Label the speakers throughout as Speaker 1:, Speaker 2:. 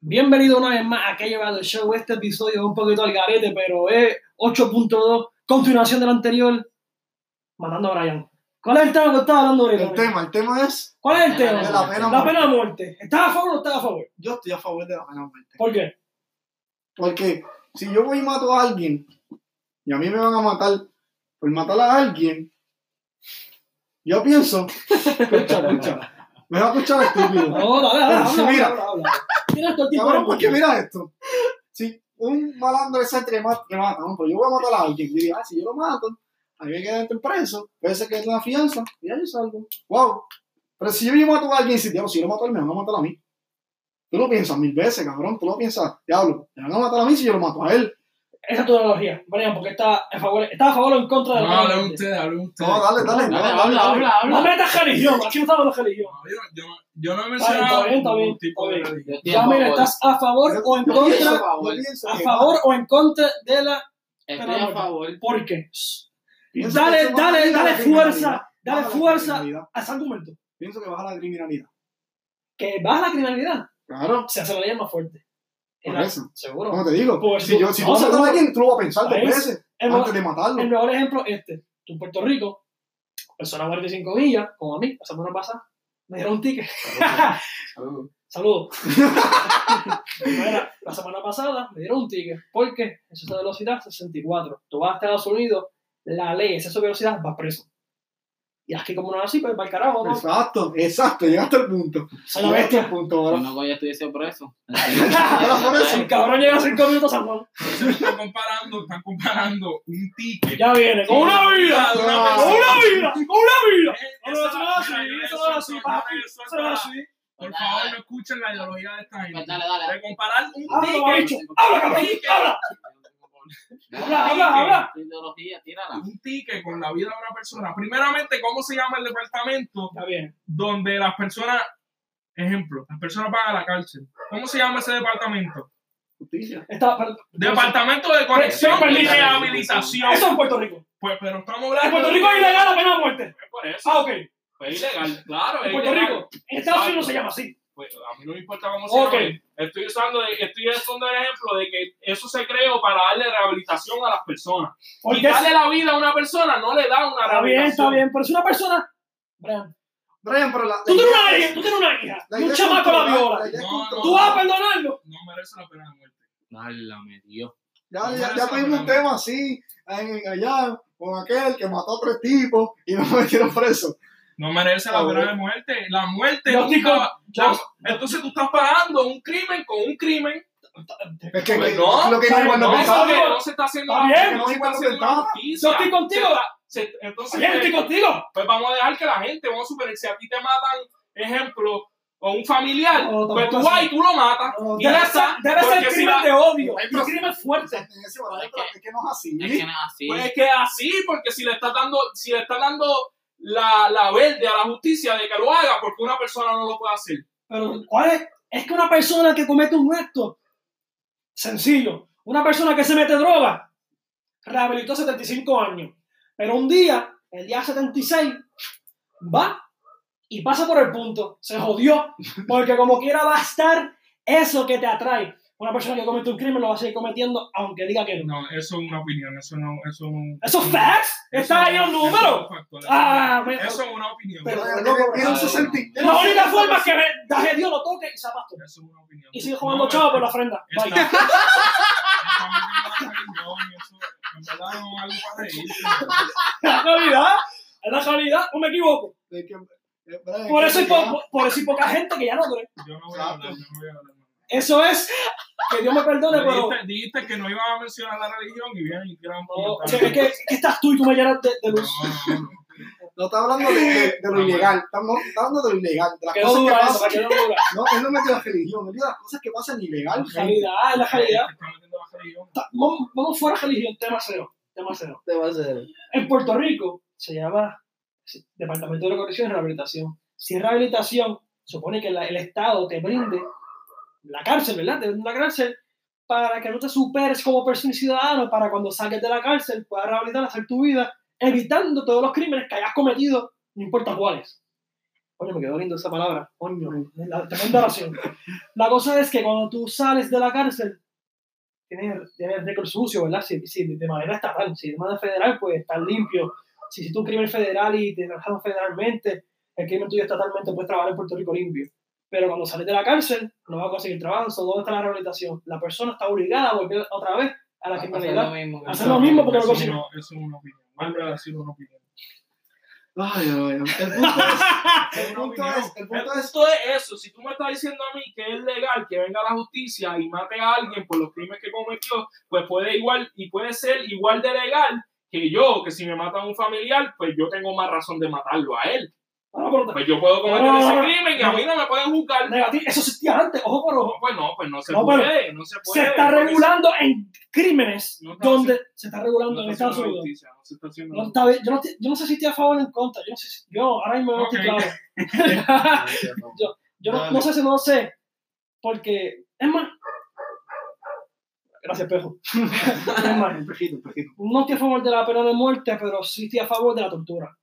Speaker 1: Bienvenido una vez más a que llevado el show. Este episodio es un poquito al garete, pero es 8.2, continuación del anterior. Mandando a Brian. ¿Cuál es el tema que estaba hablando
Speaker 2: El
Speaker 1: ahorita?
Speaker 2: tema, el tema es,
Speaker 1: ¿Cuál es el tema?
Speaker 2: de la pena
Speaker 1: La
Speaker 2: muerte.
Speaker 1: pena de muerte. ¿Estás a favor o no estás a favor?
Speaker 2: yo estoy a favor de la pena de muerte.
Speaker 1: ¿Por qué?
Speaker 2: Porque si yo voy y mato a alguien, y a mí me van a matar por matar a alguien, yo pienso, escucha, escucha, me va a escuchar estúpido.
Speaker 1: No, dale, dale,
Speaker 2: Sí,
Speaker 1: habla,
Speaker 2: mira.
Speaker 1: habla, habla. Tienes todo el tiempo.
Speaker 2: Cabrón,
Speaker 1: del
Speaker 2: porque
Speaker 1: mundo.
Speaker 2: mira esto. Si un malandro ese te mata, te mata, ¿no? Pero yo voy a matar a alguien. Y digo, ah, si yo lo mato, a mí me quedan en preso. Puede ser que es una fianza. Y ya yo salgo. Wow. Pero si yo voy y mato a alguien, si, diablo, si yo lo mato a él, me van a matar a mí. Tú lo piensas mil veces, cabrón. Tú lo piensas, diablo, me van a matar a mí si yo lo mato a él.
Speaker 1: Esa es tu analogía. Brian, porque está a favor, está a favor o en contra de la
Speaker 3: No,
Speaker 1: pena de
Speaker 3: hablen
Speaker 1: muerte.
Speaker 3: ustedes, hablen ustedes.
Speaker 2: No, dale, dale.
Speaker 3: No,
Speaker 2: dale,
Speaker 3: habla,
Speaker 2: dale, dale.
Speaker 3: habla,
Speaker 1: No
Speaker 3: habla.
Speaker 1: metas religión. Aquí no estamos de religión.
Speaker 3: No, yo, yo, no- yo no he
Speaker 1: Está bien, está
Speaker 3: mencionado
Speaker 1: bien, está bien,
Speaker 3: ningún tipo de
Speaker 1: está
Speaker 3: religión.
Speaker 4: Yo estoy a
Speaker 1: Ya, mira,
Speaker 4: favor.
Speaker 1: ¿estás a favor o en
Speaker 2: Yo pienso-
Speaker 1: contra?
Speaker 2: yo pienso
Speaker 1: ¿A
Speaker 2: que-
Speaker 1: favor o en contra de la
Speaker 4: Estoy
Speaker 1: Pero
Speaker 4: a
Speaker 1: no.
Speaker 4: favor.
Speaker 1: ¿Por qué?
Speaker 2: Pienso que
Speaker 1: Dale,
Speaker 2: eso baja
Speaker 1: dale,
Speaker 2: la
Speaker 1: dale
Speaker 2: criminalidad.
Speaker 1: fuerza,
Speaker 2: Baja
Speaker 1: dale
Speaker 2: la
Speaker 1: fuerza
Speaker 2: criminalidad.
Speaker 1: a ese argumento.
Speaker 2: Pienso que baja la criminalidad.
Speaker 1: Que baja la criminalidad,
Speaker 2: Claro,
Speaker 1: se hace la ley más fuerte. En
Speaker 2: por
Speaker 1: la-
Speaker 2: eso. Ah,
Speaker 1: Seguro.
Speaker 2: Como te digo,
Speaker 1: Por
Speaker 2: si, yo,
Speaker 1: eso.
Speaker 2: si
Speaker 1: No,
Speaker 2: tú matas
Speaker 1: seguro.
Speaker 2: a alguien, tú lo vas a pensar dos
Speaker 1: Ahí es.
Speaker 2: veces
Speaker 1: El,
Speaker 2: antes
Speaker 1: mejor-
Speaker 2: de matarlo.
Speaker 1: el mejor ejemplo es este. Tú en Puerto Rico, persona 45 millas, como a mí, la semana pasada, me dieron un ticket. Saludos. Mira, la semana pasada me dieron un ticket. ¿Por qué? Exceso de velocidad 64. Tú vas a Estados Unidos, la ley, exceso de velocidad, vas preso. Y aquí como no es así, pues para el carajo, ¿no?
Speaker 2: Exacto, exacto, llegaste al punto.
Speaker 1: Soy la bestia.
Speaker 2: Llegaste al punto,
Speaker 4: Yo
Speaker 2: ahora. Ah,
Speaker 4: no voy a estudiar preso.
Speaker 2: Ahora por eso.
Speaker 1: El cabrón llega a 5 minutos a San Juan.
Speaker 3: Están comparando, están comparando un ticket.
Speaker 1: Ya viene, con una vida,
Speaker 3: de
Speaker 1: con
Speaker 2: No.
Speaker 3: persona.
Speaker 1: una vida, con una vida.
Speaker 3: Eh,
Speaker 1: No, no, eso no es así,
Speaker 3: mira,
Speaker 1: eso no es así,
Speaker 3: eso
Speaker 1: papi,
Speaker 3: eso es
Speaker 1: Eso no es
Speaker 3: para-
Speaker 1: así.
Speaker 3: Por favor, no escuchen la ideología de esta
Speaker 4: Pues
Speaker 3: gente.
Speaker 4: dale, dale.
Speaker 3: De comparar un
Speaker 1: Habla,
Speaker 3: ticket,
Speaker 1: bicho, habla, cabrón, habla. Habla, habla, habla.
Speaker 4: Tu ideología, tírala.
Speaker 3: un ticket con la vida de una persona. Primeramente, ¿cómo se llama el departamento
Speaker 1: Está bien.
Speaker 3: donde las personas, ejemplo, las personas van a la cárcel? ¿Cómo se llama ese departamento?
Speaker 2: Justicia.
Speaker 1: Está, pero-
Speaker 3: Departamento de Corrección
Speaker 1: Pero-
Speaker 3: y Rehabilitación.
Speaker 1: eso en Puerto Rico.
Speaker 3: Pues, pero estamos
Speaker 1: En
Speaker 3: hablando.
Speaker 1: Puerto Rico es ilegal la pena de muerte.
Speaker 3: Por eso.
Speaker 1: Ah, ok.
Speaker 3: Es ilegal, claro.
Speaker 1: En
Speaker 3: es
Speaker 1: Puerto
Speaker 3: ilegal.
Speaker 1: Rico. En Estados Unidos no se llama así.
Speaker 3: Pues, a mí no me importa cómo
Speaker 1: Ok.
Speaker 3: se llame. Estoy usando, de- estoy usando el ejemplo de que eso se creó para darle rehabilitación a las personas.
Speaker 1: Porque
Speaker 3: Y darle la vida a una persona no le da una
Speaker 1: está bien, está
Speaker 3: rehabilitación.
Speaker 1: bien. Pero si una persona. Brian,
Speaker 2: Brian, pero la.
Speaker 1: tú tienes una hija, tú tienes una hija.
Speaker 2: la
Speaker 1: y Un
Speaker 2: idea es
Speaker 1: chamaco la
Speaker 2: controlar,
Speaker 1: viola.
Speaker 2: la idea es
Speaker 3: No, no,
Speaker 2: controlar.
Speaker 1: Tú vas a perdonarlo.
Speaker 3: No merece la pena de muerte.
Speaker 4: Válame Dios.
Speaker 2: Ya, ya,
Speaker 3: no,
Speaker 2: ya
Speaker 3: no,
Speaker 2: tuvimos
Speaker 3: no.
Speaker 2: un tema así, en- allá, con aquel que mató a tres tipos y no me metieron preso.
Speaker 3: No merece
Speaker 2: Ah,
Speaker 3: la pena
Speaker 2: bueno.
Speaker 3: de muerte. La muerte.
Speaker 1: Yo estoy
Speaker 3: nunca
Speaker 1: con-
Speaker 3: va-
Speaker 1: yo-
Speaker 3: la- entonces tú estás pagando un crimen con un crimen.
Speaker 2: Es que,
Speaker 3: Pues
Speaker 2: que-
Speaker 3: no,
Speaker 2: lo que
Speaker 1: está
Speaker 2: no igual
Speaker 1: bien,
Speaker 2: no
Speaker 3: No,
Speaker 1: no,
Speaker 2: pensaba.
Speaker 1: está bien.
Speaker 3: porque no se está haciendo
Speaker 1: Está
Speaker 3: la-
Speaker 1: bien.
Speaker 3: no se está haciendo
Speaker 2: Yo
Speaker 3: la justicia.
Speaker 1: Yo estoy contigo.
Speaker 3: Se- entonces,
Speaker 1: Bien, estoy contigo.
Speaker 3: pues vamos a dejar que la gente, vamos a suponer, si a ti te matan, ejemplo, o un familiar,
Speaker 1: No,
Speaker 3: pues tú
Speaker 1: tampoco
Speaker 3: vas y tú lo matas.
Speaker 2: No,
Speaker 3: y
Speaker 1: Debe
Speaker 3: ya
Speaker 1: ser,
Speaker 3: está.
Speaker 1: debe ser
Speaker 3: Porque si
Speaker 1: crimen
Speaker 3: la-
Speaker 1: de odio.
Speaker 2: Hay
Speaker 1: Un crimen fuerte.
Speaker 2: En ese barato, pero es que no es así.
Speaker 4: Es que no es así.
Speaker 3: Pues es que así, porque si le estás dando, si le estás dando la, la verde a la justicia de que lo haga, porque una persona no lo puede hacer.
Speaker 1: Pero, ¿cuál es? Es que una persona que comete un acto sencillo, una persona que se mete droga, rehabilitó 75 años. Pero un día, el día 76, va y pasa por el punto. Se jodió. Porque como quiera va a estar eso que te atrae. Una persona que comete un crimen lo va a seguir cometiendo, aunque diga que no.
Speaker 3: No, eso es una opinión, eso no, eso no.
Speaker 1: ¿Eso es facts? ¿Está ahí un número? Ah, me-
Speaker 3: es una opinión.
Speaker 1: Pero-
Speaker 2: Brian, tiene- tiene un
Speaker 4: Ay,
Speaker 2: 60
Speaker 1: La única forma es que me, Dios lo toque y se apaste.
Speaker 3: es una opinión.
Speaker 1: Y sigue jugando chavo por la ofrenda. Bye.
Speaker 3: Está- está muy bien, eso, en verdad, no es algo para reírse.
Speaker 1: Es la realidad, es la realidad, no me equivoco.
Speaker 2: eh,
Speaker 1: Por eso, hay po- por eso hay poca gente que ya no cree.
Speaker 3: Yo no voy a hablar, yo no voy a hablar.
Speaker 1: Eso es, que Dios me perdone, pero
Speaker 3: Dijiste, dijiste que no iban a mencionar la religión y vienen y tiran
Speaker 1: no,
Speaker 3: puñetazos.
Speaker 1: es que, es que estás tú y tú me llenas de, de luz.
Speaker 3: No, no, no.
Speaker 2: No está hablando de, de- de lo
Speaker 3: Ah,
Speaker 2: ilegal, estamos está hablando de lo ilegal, de las
Speaker 1: Quedó
Speaker 2: cosas que
Speaker 1: dura eso,
Speaker 2: pasan.
Speaker 1: para que no dura.
Speaker 2: No, él no metió la religión, él dijo las cosas que pasan ilegal.
Speaker 1: La realidad, es la realidad.
Speaker 3: Están metiendo la religión.
Speaker 1: Está- Vamos, vamos fuera de religión, tema cero, tema cero.
Speaker 2: Te va a hacer.
Speaker 1: En Puerto Rico se llama Departamento de Corrección y Rehabilitación. Si es rehabilitación, supone que la- el Estado te brinde la cárcel, ¿verdad? Te brinde la cárcel para que no te superes como persona y ciudadano, para cuando salgas de la cárcel puedas rehabilitar, hacer tu vida, evitando todos los crímenes que hayas cometido, no importa cuáles. Coño, me quedó lindo esa palabra. Coño, la tremenda oración. La cosa es que cuando tú sales de la cárcel, tienes, tienes récord sucio, ¿verdad? Si, si de manera estatal, si de manera federal, pues estás limpio. Si hiciste un crimen federal y te trataron federalmente, el crimen tuyo estatalmente, puedes trabajar en Puerto Rico limpio. Pero cuando sales de la cárcel, no vas a conseguir trabajo. So, ¿Dónde está la rehabilitación? La persona está obligada a volver otra vez a la criminalidad.
Speaker 4: mismo.
Speaker 1: Hacer lo mismo porque lo
Speaker 3: Eso
Speaker 1: consigo.
Speaker 3: no- Eso es una opinión. Maldra ha sido una opinión.
Speaker 2: Ay, ay, ay. El punto es, el punto es, el
Speaker 3: El
Speaker 2: punto es,
Speaker 3: punto es eso. Si tú me estás diciendo a mí que es legal que venga la justicia y mate a alguien por los crímenes que cometió, pues puede igual y puede ser igual de legal que yo, que si me matan un familiar, pues yo tengo más razón de matarlo a él.
Speaker 1: Ah, pero-
Speaker 3: Pues yo puedo cometer
Speaker 1: No, no, no,
Speaker 3: ese
Speaker 1: no.
Speaker 3: crimen y a mí no me pueden juzgar.
Speaker 1: negativo. Eso existía antes, ojo por ojo.
Speaker 3: No, pues no, pues no se
Speaker 1: No, pero
Speaker 3: puede, no se puede.
Speaker 1: se está
Speaker 3: porque
Speaker 1: regulando en crímenes
Speaker 3: No está
Speaker 1: donde se está
Speaker 3: se-
Speaker 1: regulando
Speaker 3: No
Speaker 1: en
Speaker 3: está
Speaker 1: Estados
Speaker 3: haciendo
Speaker 1: Unidos.
Speaker 3: justicia, no se está haciendo
Speaker 1: No está bien. yo, no, estoy- yo no sé si estoy a favor o en contra. Yo, no sé si- yo ahora mismo no estoy
Speaker 3: Ok.
Speaker 2: Ah.
Speaker 1: claro. yo no,
Speaker 4: Dale.
Speaker 1: no sé si no sé. Porque, es más. Gracias, Pejo. es más,
Speaker 2: un pejito, un pejito.
Speaker 1: no estoy a favor de la pena de muerte, pero sí estoy a favor de la tortura.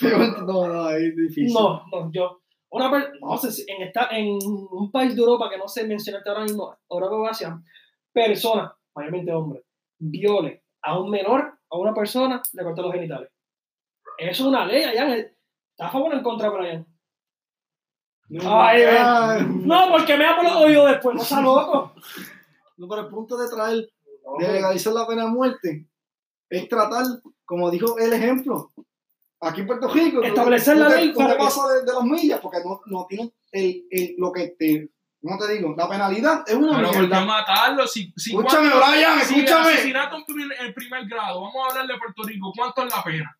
Speaker 2: Pero No, no, es difícil.
Speaker 1: No, no, yo. Una per- no sé si en, esta, en un país de Europa que no sé mencionarte ahora mismo, Europa o Asia, persona, mayormente hombre, viole a un menor, a una persona, le corta los genitales. Eso es una ley allá. en el- ¿Está a favor o en contra, Brian? Ay, ven.
Speaker 2: eh.
Speaker 1: No, porque me hago los oídos después, no sea loco.
Speaker 2: No, pero el punto de traer, de legalizar la pena de muerte, es tratar, como dijo el ejemplo, aquí en Puerto Rico. tú-
Speaker 1: Establecer
Speaker 2: tú
Speaker 1: la
Speaker 2: te-
Speaker 1: ley
Speaker 2: tú
Speaker 1: para
Speaker 2: te
Speaker 1: que-
Speaker 2: pasas de, de las millas porque no, no tienes el, el, lo que te. No te digo, la penalidad es una
Speaker 3: Pero ¿por qué
Speaker 2: mierda.
Speaker 3: matarlo? Si, si
Speaker 2: Escúchame,
Speaker 3: cuánto-
Speaker 2: Brian,
Speaker 3: si el
Speaker 2: escúchame.
Speaker 3: asesinato en primer, en primer grado, vamos a hablar de Puerto Rico, ¿cuánto es la pena?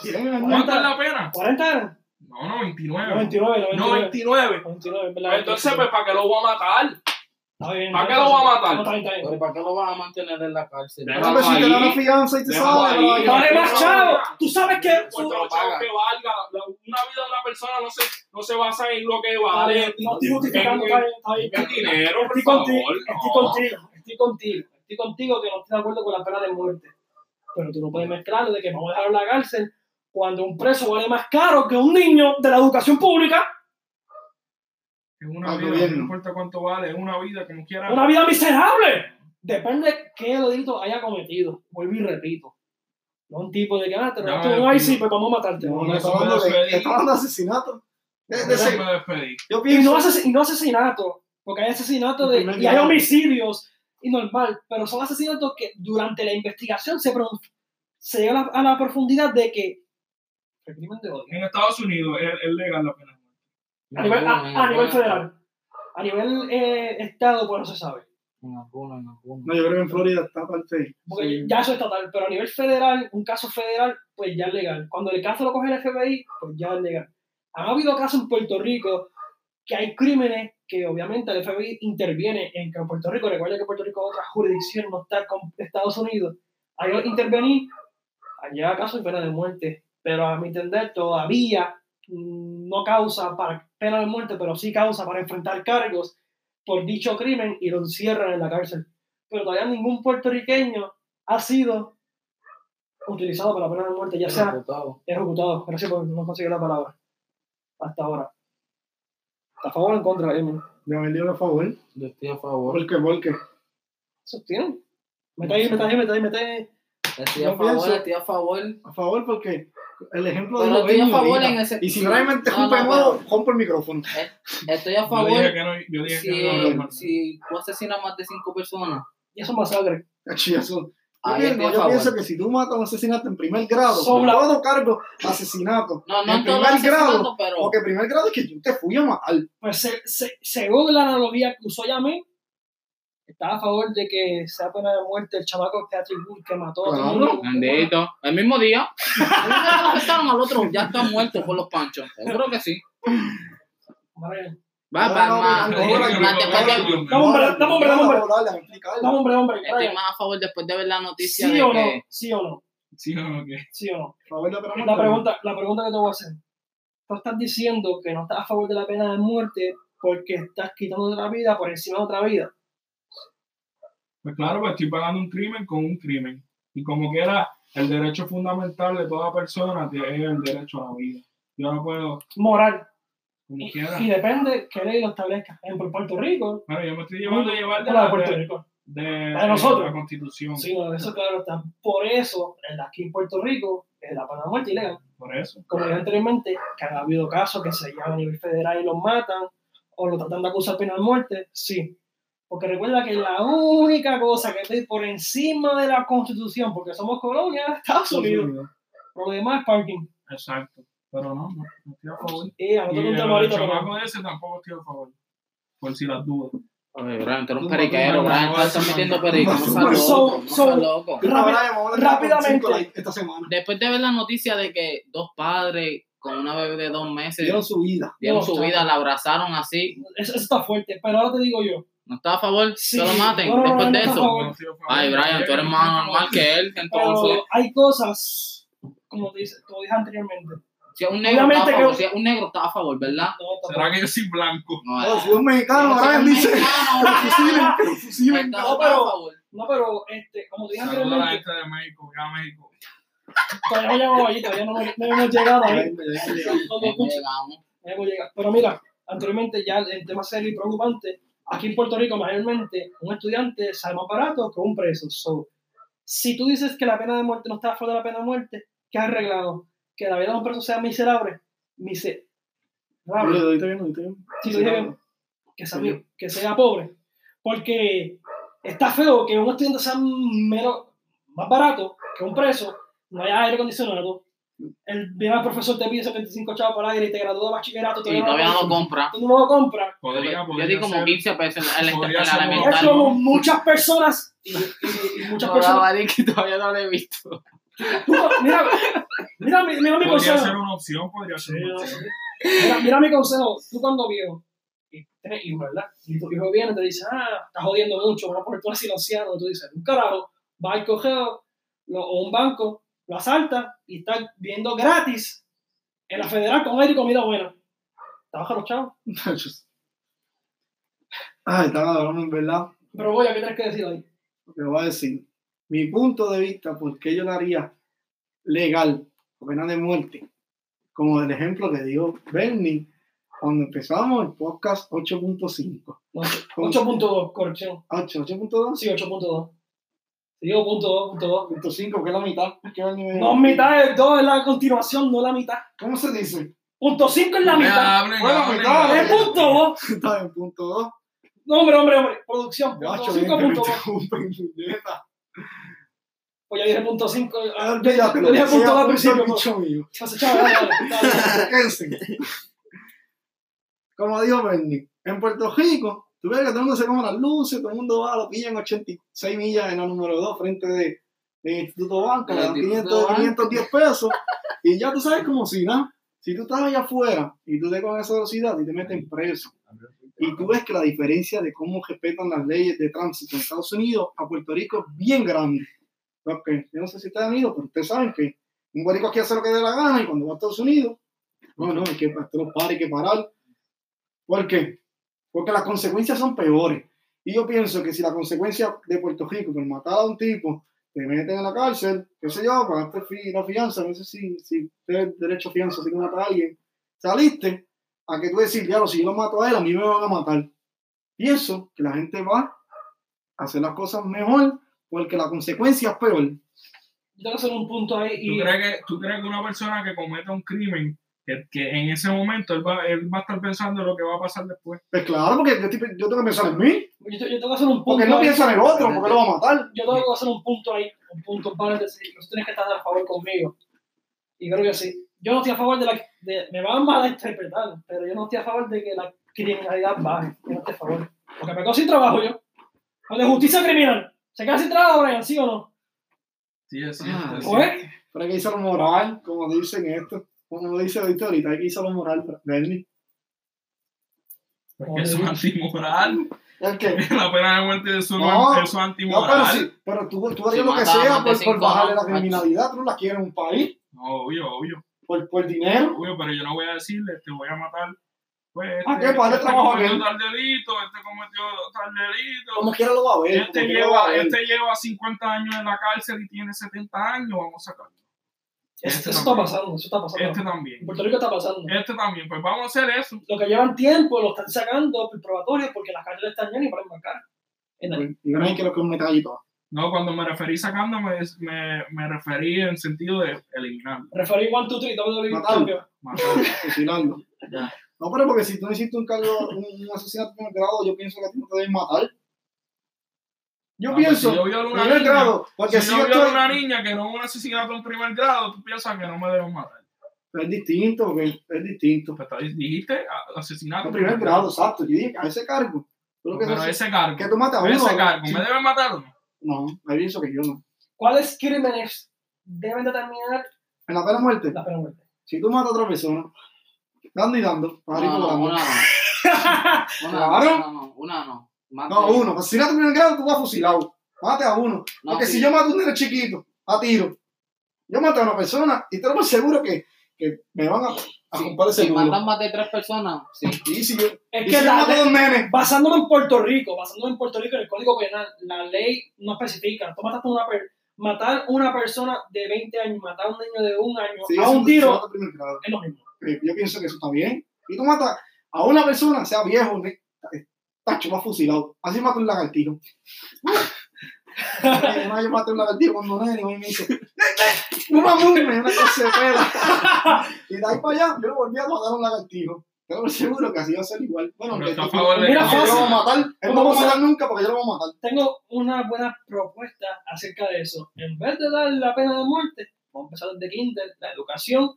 Speaker 3: ¿Cuánto es la pena?
Speaker 1: 40 eran.
Speaker 3: No, no, 29.
Speaker 1: 99, 99.
Speaker 3: 99.
Speaker 1: 99, en verdad.
Speaker 3: Entonces, pues, ¿para qué lo voy a matar?
Speaker 1: Está bien,
Speaker 3: ¿para qué
Speaker 1: está
Speaker 3: lo
Speaker 1: bien.
Speaker 3: voy a matar?
Speaker 1: No, está bien, está bien.
Speaker 4: Pero ¿para qué lo vas a mantener en la cárcel?
Speaker 3: Déjalo
Speaker 2: Hombre, si te
Speaker 3: ahí,
Speaker 2: dan la fianza y te
Speaker 3: déjalo
Speaker 2: sabes,
Speaker 3: ahí.
Speaker 2: ay,
Speaker 1: Dale
Speaker 3: Pero-
Speaker 1: más, chavo. Tú sabes que.
Speaker 3: Por los chavos que valga, la- una vida de una persona no se, no se basa en lo que
Speaker 1: Está
Speaker 3: vale.
Speaker 1: bien, No estoy justificando, está bien, está bien.
Speaker 3: El dinero, por
Speaker 1: Estoy contigo,
Speaker 3: favor.
Speaker 1: estoy
Speaker 3: no.
Speaker 1: contigo, estoy contigo, estoy contigo que no estoy de acuerdo con la pena de muerte. Pero tú no puedes mezclarlo de que vamos a dejar en la cárcel cuando un preso vale más caro que un niño de la educación pública.
Speaker 3: Es una
Speaker 2: Al
Speaker 3: vida,
Speaker 2: gobierno.
Speaker 3: no importa cuánto vale, es una vida, como quiera.
Speaker 1: Una vida miserable. Depende de qué delito haya cometido. Vuelvo y repito. No un tipo de que, ah, te
Speaker 3: Ya
Speaker 1: robaste
Speaker 3: me
Speaker 1: un IC,
Speaker 3: despido.
Speaker 1: pues vamos a matarte.
Speaker 2: No,
Speaker 1: No,
Speaker 2: no,
Speaker 1: no.
Speaker 2: está hablando de, está hablando de asesinato. De- de
Speaker 3: Déjame
Speaker 2: ese-
Speaker 3: despedir.
Speaker 2: yo
Speaker 1: Y
Speaker 2: pienso.
Speaker 1: no, ases- y no asesinato, porque hay asesinato de,
Speaker 2: En primer
Speaker 1: y hay
Speaker 2: grado.
Speaker 1: homicidios, y normal, pero son asesinatos que durante la investigación se, pro- se llega a la, a la profundidad de que el crimen de odio,
Speaker 3: En Estados Unidos es, es legal la pena de muerte.
Speaker 1: a nivel, Ah, a, a nivel federal, a nivel eh, estado, pues no se sabe,
Speaker 4: En alguno, en alguno.
Speaker 2: No, yo creo que en Florida está parte.
Speaker 1: porque
Speaker 2: Sí.
Speaker 1: ya eso es estatal, pero a nivel federal, un caso federal, pues ya es legal. Cuando el caso lo coge el FBI, pues ya es legal. Han habido casos en Puerto Rico que hay crímenes que obviamente el FBI interviene en que en Puerto Rico, recuerda que Puerto Rico es otra jurisdicción, no está con Estados Unidos, hay intervenir, allá casos de pena de muerte, pero a mi entender todavía mm, no causa para pena de muerte, pero sí causa para enfrentar cargos por dicho crimen y lo encierran en la cárcel. Pero todavía ningún puertorriqueño ha sido utilizado para pena de muerte, ya sea
Speaker 4: Diputado.
Speaker 1: ejecutado. Gracias por no conseguir la palabra. Hasta ahora. ¿A favor o en contra, Emil?
Speaker 2: De haber a favor.
Speaker 4: Yo estoy a favor.
Speaker 2: Porque, porque.
Speaker 1: Sostienen. Mete ahí, mete ahí, mete ahí, mete ahí.
Speaker 4: Estoy
Speaker 2: Yo
Speaker 4: a favor,
Speaker 2: pienso-
Speaker 4: estoy a favor.
Speaker 2: A favor, porque el ejemplo
Speaker 4: Pero
Speaker 2: de lo
Speaker 4: estoy a favor
Speaker 2: ahorita.
Speaker 4: en ese-
Speaker 2: Y si realmente
Speaker 4: No,
Speaker 2: rompe
Speaker 4: no,
Speaker 2: nuevo, rompe el micrófono.
Speaker 4: Estoy
Speaker 3: Yo
Speaker 4: a
Speaker 3: dije
Speaker 4: favor
Speaker 3: que no, yo dije que no
Speaker 4: si,
Speaker 3: hablaba mal.
Speaker 4: si tú asesinas más de cinco personas.
Speaker 1: Y eso es masacre.
Speaker 2: Achi, eso- Yo,
Speaker 4: Ahí
Speaker 2: pienso,
Speaker 4: estoy a
Speaker 2: yo
Speaker 4: favor.
Speaker 2: pienso que si tú matas a un asesinato en primer grado,
Speaker 1: Sobla.
Speaker 2: con todo cargo, asesinato.
Speaker 4: No, no
Speaker 2: en
Speaker 4: en todos
Speaker 2: primer
Speaker 4: los
Speaker 2: grado.
Speaker 4: asesinatos, pero
Speaker 2: Porque en primer grado es que yo te fui a matar.
Speaker 1: Pues se- se- según la analogía que usó Yamé, está a favor de que sea pena de muerte el chamaco Patrick Wood que mató a todo el mundo.
Speaker 4: Bendito. El mismo día. El mismo día lo arrestaron al otro. Ya está muerto por los panchos. Seguro que sí.
Speaker 1: Madre.
Speaker 4: Va,
Speaker 2: No,
Speaker 4: va,
Speaker 2: no,
Speaker 4: va.
Speaker 2: no, no, no, no,
Speaker 4: Antes
Speaker 2: no,
Speaker 4: para
Speaker 2: no,
Speaker 4: que-
Speaker 2: no,
Speaker 1: Dame un bra- dame un bra- dame un bra-
Speaker 2: No, dale, dame explicarlo.
Speaker 1: No, hombre, hombre.
Speaker 4: Estoy más a favor después de ver la noticia
Speaker 1: ¿Sí
Speaker 4: de
Speaker 1: o no?
Speaker 4: que
Speaker 1: ¿Sí o no?
Speaker 3: Sí, ok.
Speaker 1: ¿Sí o no?
Speaker 2: A favor de la pena
Speaker 1: La
Speaker 2: muerte.
Speaker 1: pregunta, la pregunta que te voy a hacer. Tú estás diciendo que no estás a favor de la pena de muerte porque estás quitando otra vida por encima de otra vida.
Speaker 3: Pues claro, pues estoy pagando un crimen con un crimen. Y como quiera, El derecho fundamental de toda persona es el derecho a la vida. Yo no puedo,
Speaker 1: moral.
Speaker 3: como
Speaker 1: Y,
Speaker 3: quiera.
Speaker 1: y depende que ley lo establezca. En Puerto Rico,
Speaker 3: Bueno, yo me estoy llevando a llevar de
Speaker 1: la de
Speaker 3: la,
Speaker 1: Puerto
Speaker 3: de,
Speaker 1: Rico.
Speaker 3: de-
Speaker 1: La de nosotros.
Speaker 3: la constitución.
Speaker 1: Sí, no, eso claro está. Por eso, el de aquí en Puerto Rico, el de la pena de muerte ilegal.
Speaker 3: Por eso.
Speaker 1: Como dije anteriormente, que ha habido casos que se llaman a nivel federal y los matan, o lo tratan de acusar penal de muerte, sí. Porque recuerda que la única cosa que está por encima de la Constitución, porque somos colonia de Estados Unidos, lo demás es parking.
Speaker 3: Exacto. Pero no, no, no estoy a favor.
Speaker 1: Y a
Speaker 3: Y
Speaker 1: nosotros
Speaker 3: el
Speaker 1: un tema ahorita, pero-
Speaker 3: chamaco ese tampoco estoy a favor. Por si las dudas.
Speaker 4: Oye, Brian, tú eres un
Speaker 2: No,
Speaker 4: periquero,
Speaker 3: no, no,
Speaker 4: Brian.
Speaker 3: no,
Speaker 4: Tú estás
Speaker 3: no,
Speaker 4: metiendo
Speaker 3: no,
Speaker 4: perico. No
Speaker 2: no,
Speaker 4: seas
Speaker 2: no,
Speaker 4: loco, no
Speaker 1: no,
Speaker 4: seas
Speaker 1: no,
Speaker 4: loco.
Speaker 1: Rápido-
Speaker 2: Ahora ya vamos a hablar con
Speaker 1: rápidamente.
Speaker 2: cinco likes Esta semana.
Speaker 4: Después de ver la noticia de que dos padres con una bebé de dos meses
Speaker 2: Dieron su vida.
Speaker 4: dieron
Speaker 1: No,
Speaker 4: su
Speaker 1: chaval.
Speaker 4: vida, la abrazaron así,
Speaker 1: Eso, eso está fuerte, pero ahora te digo yo.
Speaker 4: no está a favor,
Speaker 1: Sí.
Speaker 4: que lo maten
Speaker 1: No, no, no,
Speaker 4: después
Speaker 1: no,
Speaker 4: de eso.
Speaker 1: por favor.
Speaker 3: No estoy a favor.
Speaker 4: Ay, Brian, tú eres más normal que él, entonces.
Speaker 1: Pero hay cosas, como te dice, tú dije anteriormente.
Speaker 4: Si es un negro está a
Speaker 1: Obviamente que-
Speaker 4: favor, si es un negro está a favor, ¿verdad?
Speaker 1: No, está
Speaker 3: ¿Será que yo soy blanco?
Speaker 4: No,
Speaker 2: Oh,
Speaker 4: eh.
Speaker 2: si un mexicano,
Speaker 4: Si
Speaker 2: Brian
Speaker 4: es
Speaker 2: dice.
Speaker 4: mexicano,
Speaker 2: Que lo fusilen, que lo
Speaker 4: está-
Speaker 2: fusilen.
Speaker 4: está
Speaker 1: No,
Speaker 4: a
Speaker 1: pero-
Speaker 4: favor.
Speaker 1: No, pero este, como dije
Speaker 3: Saludos a la
Speaker 1: anteriormente,
Speaker 3: gente de México, que a México.
Speaker 1: todavía no llegamos ahí, todavía no, no hemos llegado ahí. Como
Speaker 4: Bien,
Speaker 1: escucha,
Speaker 4: llegamos.
Speaker 1: no hemos llegado. Pero mira, anteriormente ya el tema serio y preocupante, aquí en Puerto Rico mayormente un estudiante sale más barato que un preso. So, si tú dices que la pena de muerte no está a favor de la pena de muerte, ¿qué has arreglado? Que la vida de un preso sea miserable, miserable, Sí, lo dije bien. que sea, que sea pobre. Porque está feo que un estudiante sea menos, más barato que un preso, no haya aire acondicionado, el, viene el profesor te pide 75 chavos para el aire y te gradúa de bachillerato,
Speaker 4: Y todavía no lo compra.
Speaker 1: tú no lo compras.
Speaker 3: Podría,
Speaker 4: Yo
Speaker 3: podría
Speaker 4: di como
Speaker 3: ser.
Speaker 4: 15 pesos en la- en la- en
Speaker 3: Podría
Speaker 4: la
Speaker 3: ser
Speaker 1: Y eso
Speaker 4: elemental.
Speaker 3: algo.
Speaker 1: como muchas personas, y, y- y muchas
Speaker 4: No,
Speaker 1: personas,
Speaker 4: vale, que todavía no lo he visto.
Speaker 1: tú, mira, mira, mi- mira mi
Speaker 3: Podría ser
Speaker 1: consejo,
Speaker 3: una opción, podría ser una opción.
Speaker 1: mira, mira mi consejo, tú cuando viejo, y tienes hijos, ¿verdad? Y tu hijo viene y te dice, ah, estás jodiendo mucho, van a poner tú así anciano, y tú dices, un carajo, va al cogeo lo- o un banco, lo asalta y está viendo gratis en la federal con aire y comida buena. Trabaja los chavos.
Speaker 2: Ay, está cabrón, Ah, en verdad.
Speaker 1: Pero voy, ¿qué tienes que decir ahí?
Speaker 2: Lo que voy a decir. Mi punto de vista, ¿por qué yo lo haría legal, o pena de muerte? Como el ejemplo que dio Bernie cuando empezamos el podcast 8.5.
Speaker 1: No, 8.2, corrección.
Speaker 2: Ah, 8.2,
Speaker 1: Sí, 8.2. Te digo punto dos, punto dos.
Speaker 2: 8.5, que es la mitad. Es que Bernie me-
Speaker 1: No, mitad es dos, es la continuación, no la mitad.
Speaker 2: ¿Cómo se dice?
Speaker 1: Punto 5 es la
Speaker 3: Me
Speaker 1: mitad. Ah,
Speaker 3: hablen,
Speaker 2: Bueno,
Speaker 3: hablen,
Speaker 2: me hablen.
Speaker 1: Es
Speaker 3: hablen.
Speaker 1: punto 2.
Speaker 2: Está en punto 2.
Speaker 1: No, hombre, hombre, hombre. Producción, punto 5, punto 2. Pues ya dije punto 5. Yo dije punto 2 al principio. pues. Entonces, chaval, dale, dale, dale.
Speaker 2: Cállense. Como dijo Bernie, en Puerto Rico, tú ves que todo el mundo se come las luces, todo el mundo va, lo pillan 86 millas en la número 2 frente de, del Instituto Banca, le dan
Speaker 4: El Instituto
Speaker 2: 500, 510 pesos, y ya tú sabes como si nada. Si tú estás allá afuera y tú te con esa velocidad y te meten preso, y tú ves que la diferencia de cómo respetan las leyes de tránsito en Estados Unidos a Puerto Rico es bien grande. Porque yo no sé si ustedes han ido, pero ustedes saben que un boricua aquí hace lo que le dé la gana y cuando va a Estados Unidos, no, no, hay que, esto los para, hay que parar. ¿Por qué? Porque las consecuencias son peores. Y yo pienso que si la consecuencia de Puerto Rico por matar a un tipo, te meten en la cárcel, qué sé yo, pagaste fi- la fianza, no sé si, si tienes derecho a fianza, si tú matas a alguien, saliste, a que tú decís, diablo, si yo lo mato a él, a mí me van a matar. Pienso que la gente va a hacer las cosas mejor porque la consecuencia es peor.
Speaker 1: Yo tengo que hacer un punto ahí.
Speaker 3: ¿Tú
Speaker 1: Y
Speaker 3: crees, que, ¿Tú crees que una persona que cometa un crimen, que, que en ese momento él va, él va a estar pensando lo que va a pasar después?
Speaker 2: Pues claro, porque yo, estoy- yo tengo que pensar en mí,
Speaker 1: yo, yo tengo que hacer un punto.
Speaker 2: porque él no
Speaker 1: ahí.
Speaker 2: piensa en el otro, porque lo va a matar.
Speaker 1: Yo tengo que hacer un punto ahí. Un punto un paréntesis. Tú tienes que estar a favor conmigo. Y creo que sí. Yo no estoy a favor de la. De, me van a malinterpretar, pero yo no estoy a favor de que la criminalidad baje. Yo no estoy a favor. Porque me quedo sin trabajo yo. O de justicia criminal. ¿Se queda sin trabajo, Brian? ¿Sí o no?
Speaker 3: Sí, es
Speaker 2: Ah,
Speaker 3: cierto. es
Speaker 1: ¿O
Speaker 3: cierto.
Speaker 1: es?
Speaker 2: Pero hay que irse a lo moral, como dicen esto, como dice ahorita, ahorita hay que irse a lo moral, Bernie.
Speaker 3: Porque eso es antimoral.
Speaker 2: ¿El qué?
Speaker 3: La pena de muerte es
Speaker 2: No,
Speaker 3: un eso es
Speaker 2: No, pero,
Speaker 3: antimoral.
Speaker 2: sí, pero tú, tú harías
Speaker 4: Si
Speaker 2: lo que
Speaker 4: mataban
Speaker 2: sea
Speaker 4: más
Speaker 2: por,
Speaker 4: de
Speaker 2: por
Speaker 4: cinco,
Speaker 2: bajarle
Speaker 4: ¿no?
Speaker 2: la criminalidad, tú no la quieres en un país,
Speaker 3: No, obvio, obvio,
Speaker 2: por, por dinero.
Speaker 3: obvio, pero yo no voy a decirle, te voy a matar. Pues,
Speaker 2: Ah,
Speaker 3: este,
Speaker 2: ¿qué? ¿Para dónde
Speaker 3: este
Speaker 2: trabajo
Speaker 3: cometió
Speaker 2: aquel?
Speaker 3: tal delito, este cometió tal delito.
Speaker 2: Como quiera lo va a ver.
Speaker 3: Este
Speaker 2: como quiera lo va a
Speaker 3: lleva,
Speaker 2: ver.
Speaker 3: este lleva 50 años en la cárcel y tiene 70 años, vamos a sacarlo.
Speaker 1: Eso,
Speaker 3: Este
Speaker 1: eso está
Speaker 3: también.
Speaker 1: pasando, eso está pasando.
Speaker 3: Este
Speaker 1: En
Speaker 3: también.
Speaker 1: Puerto Rico está pasando.
Speaker 3: Este también. Pues vamos a hacer eso.
Speaker 1: Lo que llevan tiempo lo están sacando por probatorio porque las cárceles están llenas y para embarcar. En-
Speaker 2: Y no hay que lo que es un metallito.
Speaker 3: No, cuando me referí sacando, me, me, me referí en sentido de eliminarlo.
Speaker 1: Referí 1, 2, 3, WWE
Speaker 2: Matarlo.
Speaker 1: Champion.
Speaker 3: matarlo.
Speaker 2: fusilarlo.
Speaker 4: Ya.
Speaker 2: No, pero porque si tú no hiciste un cargo, un, un asesinato de primer grado, yo pienso que a ti no te deben matar. Yo
Speaker 3: Ah, pues,
Speaker 2: pienso,
Speaker 3: si yo violo una
Speaker 2: primer
Speaker 3: niña,
Speaker 2: grado, porque si,
Speaker 3: si yo
Speaker 2: yo
Speaker 3: veo
Speaker 2: estoy,
Speaker 3: una niña que no es un asesinato en primer grado, tú piensas que no me deben matar.
Speaker 2: es distinto, porque es distinto.
Speaker 3: Pues, está- dijiste a- asesinato
Speaker 2: A
Speaker 3: en
Speaker 2: primer grado, exacto, yo dije, a ese cargo. Pero que,
Speaker 3: Pero
Speaker 2: eso-
Speaker 3: ese cargo,
Speaker 2: que tú matas a
Speaker 3: pero
Speaker 2: uno.
Speaker 3: ese cargo,
Speaker 2: sí.
Speaker 3: ¿me deben matar o no?
Speaker 2: No, me pienso que yo no.
Speaker 1: ¿Cuáles crímenes deben determinar
Speaker 2: En la pena de muerte,
Speaker 1: la pena de muerte?
Speaker 2: si tú matas a otra persona, dando y dando, pajarito
Speaker 4: No, no,
Speaker 2: volando.
Speaker 4: una no. Una
Speaker 2: Claro.
Speaker 4: no, no, no, una no. Más
Speaker 2: No,
Speaker 4: de-
Speaker 2: uno. Asesinato de primer grado, tú vas fusilado. Mate a uno.
Speaker 4: No,
Speaker 2: Porque
Speaker 4: Ah, sí.
Speaker 2: si yo mato a un nene chiquito, a tiro, yo mato a una persona y te lo seguro que, que me van a, a
Speaker 4: Sí,
Speaker 2: comprar ese
Speaker 4: Si
Speaker 2: culo.
Speaker 4: matan más de tres personas, sí.
Speaker 2: Y si yo,
Speaker 1: Es
Speaker 2: y
Speaker 1: que
Speaker 2: si yo
Speaker 1: la
Speaker 2: mato a
Speaker 1: ley-
Speaker 2: dos nenes,
Speaker 1: basándome en Puerto Rico, basándome en Puerto Rico en el Código Penal, la ley no especifica. Tú mataste a una per- matar a una persona de 20 años, matar a un niño de un año,
Speaker 2: sí,
Speaker 1: a
Speaker 2: eso
Speaker 1: un
Speaker 2: es
Speaker 1: tiro,
Speaker 2: asesinato de primer grado.
Speaker 1: es lo mismo.
Speaker 2: Eh, Yo pienso que eso está bien. Y tú matas a una persona, sea viejo, ne- tacho, vas fusilado. Así mato un lagartijo. Eh, Una vez yo maté un lagartijo cuando nene y me dice, una murme, una cosa de pela. Y de ahí para allá, yo no volví a matar a un lagartijo. Pero seguro que así va a ser igual. Bueno,
Speaker 3: Pero
Speaker 2: que
Speaker 3: está
Speaker 2: tú-
Speaker 3: a favor de
Speaker 2: Mira,
Speaker 1: que-
Speaker 2: fácil, yo lo voy a matar. Él no va a matar nunca porque yo lo voy a matar.
Speaker 1: Tengo una buena propuesta acerca de eso. En vez de dar la pena de muerte, vamos a empezar desde kinder, la educación,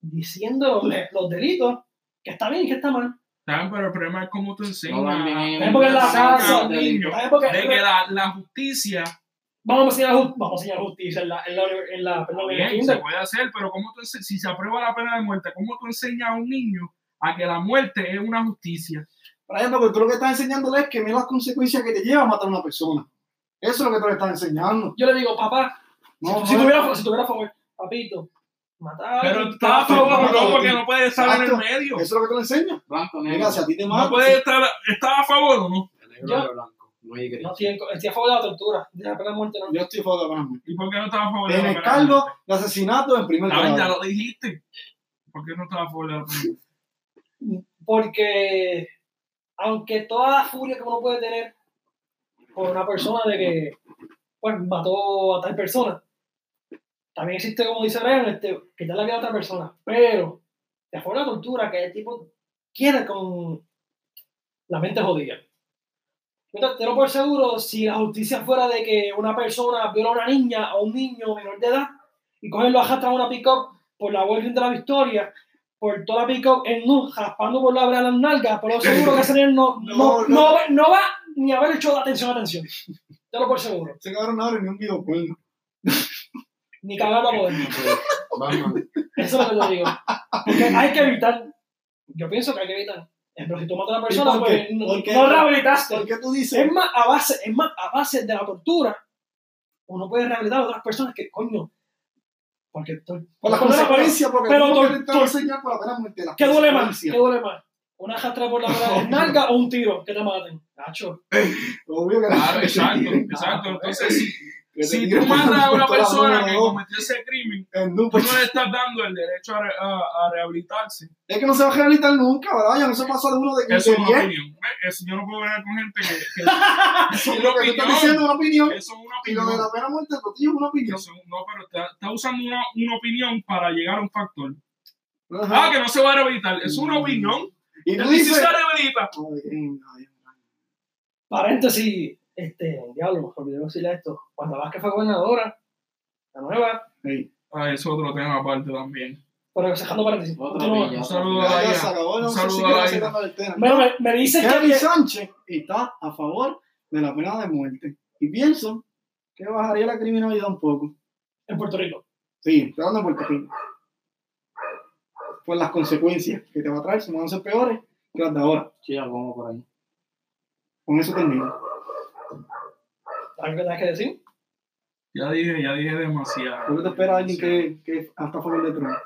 Speaker 1: diciendo los, los delitos, que está bien y que está mal.
Speaker 3: ¿Saben? Pero el problema es cómo tú enseñas.
Speaker 4: No dan bien.
Speaker 1: Es porque la
Speaker 3: Saca
Speaker 1: casa-
Speaker 3: al niño
Speaker 1: ¿Sabes por qué?
Speaker 3: de que la, la justicia
Speaker 1: Vamos a enseñar, ju- vamos a enseñar justicia en la, en la, en la- perdón, en el
Speaker 3: bien, se
Speaker 1: kinder.
Speaker 3: puede hacer, pero ¿cómo tú, ense- si se aprueba la pena de muerte, ¿cómo tú enseñas a un niño a que la muerte es una justicia?
Speaker 2: Para allá, porque tú lo que estás enseñándole es que mira las consecuencias que te lleva a matar a una persona. Eso es lo que tú le estás enseñando.
Speaker 1: Yo le digo, papá,
Speaker 2: No,
Speaker 1: si
Speaker 2: no.
Speaker 1: tuviera, si tuviera favor, papito, matar.
Speaker 3: Pero
Speaker 2: está
Speaker 3: está
Speaker 2: a
Speaker 3: a
Speaker 2: favor,
Speaker 3: favor,
Speaker 2: no,
Speaker 3: no, porque no puede estar en el medio.
Speaker 2: Eso es lo que tú le enseñas.
Speaker 4: Blanco, negro.
Speaker 2: Mira, si a ti te
Speaker 3: No
Speaker 2: matan.
Speaker 3: puede estar, está a favor o no.
Speaker 4: Negro,
Speaker 1: Yo-
Speaker 4: negro, blanco. No hay gris.
Speaker 1: No, estoy, en- estoy a favor de la tortura, de la pena de muerte. No.
Speaker 2: Yo estoy favor de la muerte.
Speaker 3: ¿Y por qué no está a favor de
Speaker 2: En
Speaker 3: la
Speaker 2: el
Speaker 3: pena de
Speaker 2: cargo
Speaker 3: muerte?
Speaker 2: de asesinato en primer
Speaker 3: Está bien, Ya
Speaker 2: grado.
Speaker 3: lo dijiste. ¿Por qué no está a favor de la pena de muerte?
Speaker 1: Porque, aunque toda la furia que uno puede tener por una persona de que pues, mató a tal persona, también existe, como dice Ryan, este, quitar la vida a otra persona. Pero, de forma tortura, que el tipo quiere con la mente jodida. Entonces, te lo por seguro, si la justicia fuera de que una persona viola a una niña o un niño menor de edad y cogen lo arrastran a una pick-up por la Walgreens de la Victoria, por toda la pick-up en nu, jaspando por la de las nalgas, por lo seguro que ese nene no, no,
Speaker 2: No, no.
Speaker 1: no va- no va ni a haber hecho atención, atención. Te lo por seguro.
Speaker 2: Se cabrón no abre ni un video porno.
Speaker 1: Ni cagarlo a poder.
Speaker 4: Batman.
Speaker 1: Eso es lo que yo digo. Porque hay que evitar. Yo pienso que hay que evitar. Pero si tú matas a una persona,
Speaker 2: por qué?
Speaker 1: pues, no,
Speaker 2: ¿Por qué?
Speaker 1: no rehabilitaste.
Speaker 2: ¿Por qué tú dices?
Speaker 1: Es más, a base, es más, a base de la tortura, uno puede rehabilitar a otras personas que, coño, porque estoy-
Speaker 2: Por las
Speaker 1: Pero-
Speaker 2: consecuencias, porque
Speaker 1: pero
Speaker 2: tú
Speaker 1: tor-
Speaker 2: no te estás
Speaker 1: tor-
Speaker 2: enseñando por la pena de muerte. las
Speaker 1: ¿Qué duele más? ¿Qué
Speaker 2: consecuencias.
Speaker 1: duele más? ¿Una jastra por la cara de nalga o un tiro que te maten? Cacho.
Speaker 2: Obvio que
Speaker 3: Claro, exacto,
Speaker 2: que
Speaker 3: exacto. Entonces, si,
Speaker 2: te
Speaker 3: si tú
Speaker 2: tiran
Speaker 3: mandas a
Speaker 2: con
Speaker 3: una
Speaker 2: toda la
Speaker 3: persona
Speaker 2: mano,
Speaker 3: que
Speaker 2: ¿no?
Speaker 3: cometió ese crimen,
Speaker 2: En nu,
Speaker 3: tú
Speaker 2: pues,
Speaker 3: no le estás dando el derecho a, re- a- a rehabilitarse.
Speaker 2: Es que no se va a rehabilitar nunca, ¿verdad? Ya no se pasa de uno de
Speaker 3: Eso es
Speaker 2: 15
Speaker 3: una
Speaker 2: 10.
Speaker 3: opinión. ¿ves? Eso yo no puedo ver con gente que. que- eso es una
Speaker 2: Lo que tú estás diciendo es
Speaker 3: opinión.
Speaker 2: una opinión.
Speaker 3: Eso es una
Speaker 2: Y lo de
Speaker 3: opinión.
Speaker 2: la pena de muerte, lo tuyo es una opinión.
Speaker 3: Eso- No, pero está, está usando una, una opinión para llegar a un factor.
Speaker 2: Ajá.
Speaker 3: Ah, que no se va a rehabilitar. Es una opinión.
Speaker 2: Y
Speaker 3: Y
Speaker 2: tú
Speaker 3: si
Speaker 2: dices.
Speaker 3: se rehabilita.
Speaker 2: Ay, ay, ay.
Speaker 1: Paréntesis, este, diablo, me olvidé decirle esto. Cuando Vázquez fue gobernadora, la nueva,
Speaker 2: Ey,
Speaker 3: Ah, eso es otro tema aparte también.
Speaker 1: pero dejando paréntesis.
Speaker 4: Otra
Speaker 1: continúa.
Speaker 4: villa.
Speaker 3: Un saludo a
Speaker 2: Ya, ya
Speaker 3: Laia.
Speaker 2: se acabó, no
Speaker 3: Un
Speaker 2: sé si
Speaker 3: saludo
Speaker 2: quiero
Speaker 3: a
Speaker 2: hacer
Speaker 3: Laia.
Speaker 2: nada del tema.
Speaker 1: Bueno, me, me dices que...
Speaker 2: Kerry Sánchez está a favor de la pena de muerte. Y pienso que bajaría la criminalidad un poco.
Speaker 1: En Puerto Rico.
Speaker 2: Sí, estoy hablando de Puerto Rico. Por las consecuencias que te va a traer, si no van a ser peores que las de ahora.
Speaker 4: Chilla, como por ahí.
Speaker 2: Con eso termino.
Speaker 1: ¿Algo que tengas que decir?
Speaker 3: Ya dije, ya dije demasiado.
Speaker 2: ¿Por qué te espera alguien que, que está a favor de Trump?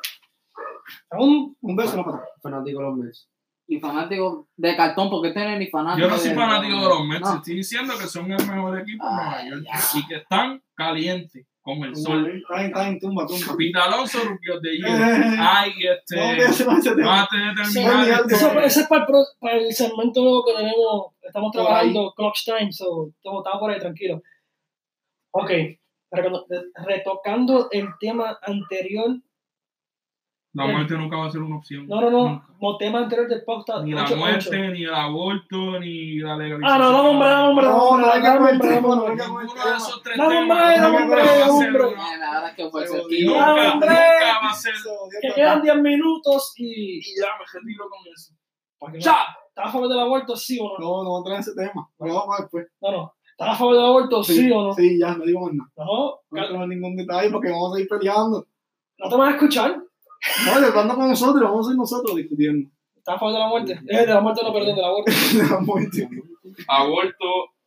Speaker 1: Aún
Speaker 2: Un beso en la patada.
Speaker 4: Fanático de los Mets. Y fanático de cartón, porque este no es ni fanático.
Speaker 3: Yo no soy
Speaker 2: Ah,
Speaker 4: de-
Speaker 3: fanático de los Mets,
Speaker 4: No.
Speaker 3: estoy diciendo que son el mejor equipo de Nueva
Speaker 4: Ay,
Speaker 3: York
Speaker 2: Ah,
Speaker 4: ya.
Speaker 3: y que están calientes con el sol.
Speaker 2: Está en, está en tumba, tumba.
Speaker 3: Pete Alonso, rookie of the year.
Speaker 2: Eh, No,
Speaker 3: Ay,
Speaker 2: que
Speaker 3: este.
Speaker 2: se va a hacer-
Speaker 3: Antes de terminar,
Speaker 2: Sí,
Speaker 3: este,
Speaker 2: Miguel,
Speaker 1: Eso, ese es para el, pro- para el segmento nuevo que tenemos, estamos
Speaker 2: Por ahí.
Speaker 1: trabajando, Clutch Time, so, estamos, estamos por ahí, tranquilo. Ok, recono- retocando el tema anterior,
Speaker 3: la muerte nunca va a ser una opción.
Speaker 1: no, no, no, no tema anterior del podcast.
Speaker 3: Ni la
Speaker 1: 8-8.
Speaker 3: muerte, ni el aborto, ni la legalización.
Speaker 1: Ah, no, no, hombre, no, hombre, no,
Speaker 2: No,
Speaker 1: hombre,
Speaker 2: no, venga
Speaker 1: no,
Speaker 2: con el
Speaker 1: hombre,
Speaker 2: tema,
Speaker 1: no,
Speaker 2: no, venga con el
Speaker 3: Ninguno de
Speaker 2: tema.
Speaker 3: esos tres
Speaker 1: No,
Speaker 3: temas
Speaker 1: hombre,
Speaker 3: nunca
Speaker 2: hombre,
Speaker 3: va a ser
Speaker 1: hombre.
Speaker 3: una-
Speaker 4: Eh, La verdad es que fue
Speaker 2: Se
Speaker 4: ser
Speaker 2: odió.
Speaker 4: tío.
Speaker 3: Nunca,
Speaker 1: hombre.
Speaker 3: nunca va a ser.
Speaker 1: Que quedan 10 minutos y...
Speaker 3: Y ya me retiro con eso.
Speaker 1: ¿Estás
Speaker 3: ¡Chao!
Speaker 1: a favor del aborto, sí o no?
Speaker 2: No, no entra en ese tema. Lo vamos a después.
Speaker 1: No, no. ¿Estás a favor del aborto, sí, o no?
Speaker 2: Sí, ya, no digo más nada.
Speaker 1: No,
Speaker 2: No entramos en ningún detalle porque vamos a ir peleando.
Speaker 1: no te van a escuchar.
Speaker 2: No, y hablando con nosotros, vamos a ir nosotros discutiendo.
Speaker 1: ¿Estás a favor de la muerte? Eh, de la muerte no, perdón, del aborto.
Speaker 2: Muy bien.
Speaker 3: aborto,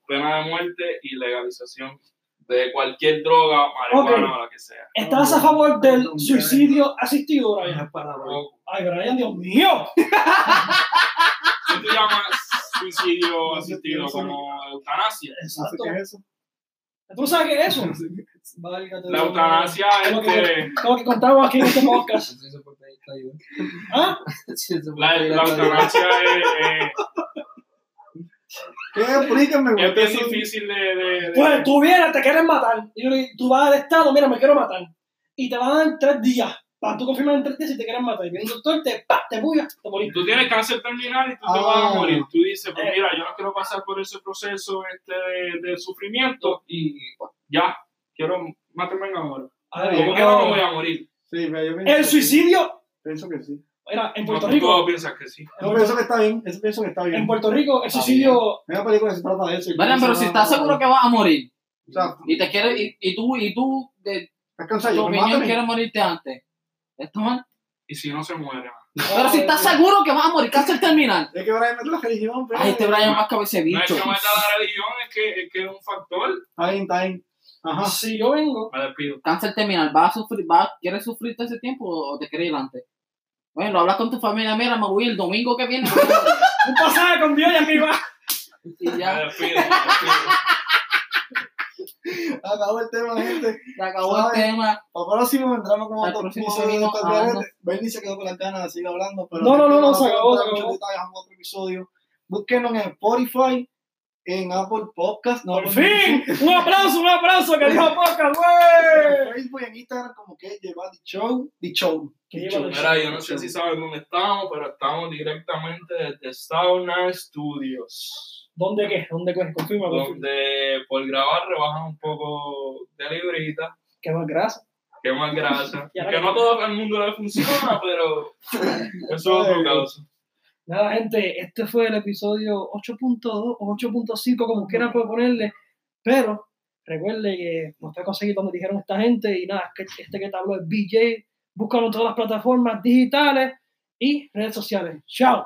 Speaker 3: pena de muerte y legalización de cualquier droga, marihuana o la que sea.
Speaker 1: ¿Estás a favor del suicidio asistido, Brian?
Speaker 3: Tampoco.
Speaker 1: Ay, Brian, Dios mío.
Speaker 3: ¿Qué tú llamas suicidio
Speaker 2: No sé,
Speaker 3: asistido
Speaker 2: no sé.
Speaker 3: como eutanasia?
Speaker 2: No sé
Speaker 1: Exacto.
Speaker 2: qué es eso.
Speaker 1: ¿Tú no sabes qué es eso?
Speaker 2: No sé qué es eso.
Speaker 1: Válgate
Speaker 3: La
Speaker 1: Dios.
Speaker 3: eutanasia
Speaker 1: Como que-
Speaker 3: este,
Speaker 1: Como que contamos aquí en este podcast. ¿Ah?
Speaker 3: la, la eutanasia es, es-
Speaker 2: ¿Qué? Explíquenme, güey.
Speaker 3: es bien
Speaker 2: Eso-
Speaker 3: difícil de, de- de-
Speaker 1: Pues tú vienes, te quieres matar. Y yo le digo, tú vas al estado, mira, me quiero matar. Y te van a dar tres días. Para tú confirmar en tres días si te quieres matar. Y viene un doctor, te, pa, te bulla, te morís.
Speaker 3: Tú tienes cáncer terminal y tú te
Speaker 2: Ah.
Speaker 3: vas a morir. Tú dices, pues mira, yo no quiero pasar por ese proceso este de, de sufrimiento y ya, quiero matarme ahora.
Speaker 1: Ah,
Speaker 3: Como que no me voy a morir.
Speaker 2: Sí, pero yo pienso,
Speaker 1: El suicidio,
Speaker 2: pienso que sí.
Speaker 1: mira, en
Speaker 3: No
Speaker 1: Puerto
Speaker 3: todos
Speaker 1: Rico,
Speaker 3: piensan que sí.
Speaker 2: No, pienso que está bien. Eso pienso que está
Speaker 1: en
Speaker 2: bien.
Speaker 1: Puerto Rico, el suicidio,
Speaker 2: Hay una película que se trata de eso. y
Speaker 4: Valen,
Speaker 2: pienso,
Speaker 4: pero si
Speaker 2: no,
Speaker 4: estás
Speaker 2: no,
Speaker 4: seguro
Speaker 2: no.
Speaker 4: que vas a morir
Speaker 2: Exacto.
Speaker 4: y te quieres, y, y tú, y tú, de
Speaker 2: Estás cansado,
Speaker 4: tu
Speaker 2: yo me mato.
Speaker 4: opinión, quieres morirte antes. Está mal.
Speaker 3: Y si no se mueren.
Speaker 4: Pero si estás seguro que vas a morir, casi el terminal.
Speaker 2: Es que Brian mete la religión, pero.
Speaker 4: Ay, este Brian más cabeza de
Speaker 3: No es
Speaker 4: bicho.
Speaker 3: que meta la religión, es que es, que es un factor.
Speaker 2: Está bien, está bien. Ajá.
Speaker 1: si Ah, yo vengo,
Speaker 3: Me despido.
Speaker 4: Cáncer terminal, ¿vas a sufrir, vas, ¿quieres sufrirte ese tiempo o te quieres ir antes? Bueno, hablas con tu familia, mira, me voy el domingo que viene.
Speaker 1: un pasaje con Dios y aquí va.
Speaker 4: y
Speaker 3: Me
Speaker 4: ya,
Speaker 3: despido. me despido.
Speaker 2: Acabó el tema, gente.
Speaker 4: se acabó el
Speaker 2: ¿Sabes?
Speaker 4: tema.
Speaker 2: Para próximo entramos con
Speaker 4: Al
Speaker 2: otro
Speaker 4: próximo ah,
Speaker 2: episodio de
Speaker 4: seguimos hablando.
Speaker 2: Totalmente. Bernie se quedó con las ganas de seguir hablando, pero.
Speaker 1: No, no, no, no,
Speaker 2: tenemos
Speaker 1: se acabó, se
Speaker 2: muchos
Speaker 1: acabó.
Speaker 2: detalles en otro episodio. Búsquenos en Spotify, en Apple Podcast. No,
Speaker 1: Por fin, un aplauso, un aplauso que dijo poca, güey.
Speaker 2: En Facebook y en Instagram, como que lleva The Show. The Show.
Speaker 1: Que
Speaker 2: The
Speaker 1: lleva
Speaker 2: Show.
Speaker 1: The
Speaker 3: Mira, yo no sé si saben dónde estamos, pero estamos directamente desde Sauna Studios,
Speaker 1: ¿Dónde qué? ¿Dónde qué? Confirma, confirma.
Speaker 3: donde por grabar rebajan un poco de librita,
Speaker 1: ¿Qué más grasa?
Speaker 3: que más grasa,
Speaker 1: Y
Speaker 3: Y
Speaker 1: ahora
Speaker 3: que
Speaker 1: que-
Speaker 3: no todo el mundo le funciona, pero eso es otro caso.
Speaker 1: Nada, gente, este fue el episodio 8.2 o 8.5, como quieran proponerle, pero recuerde que nos está conseguir donde dijeron esta gente y nada, que este que te habló es BJ, búscalo en todas las plataformas digitales y redes sociales. Chao.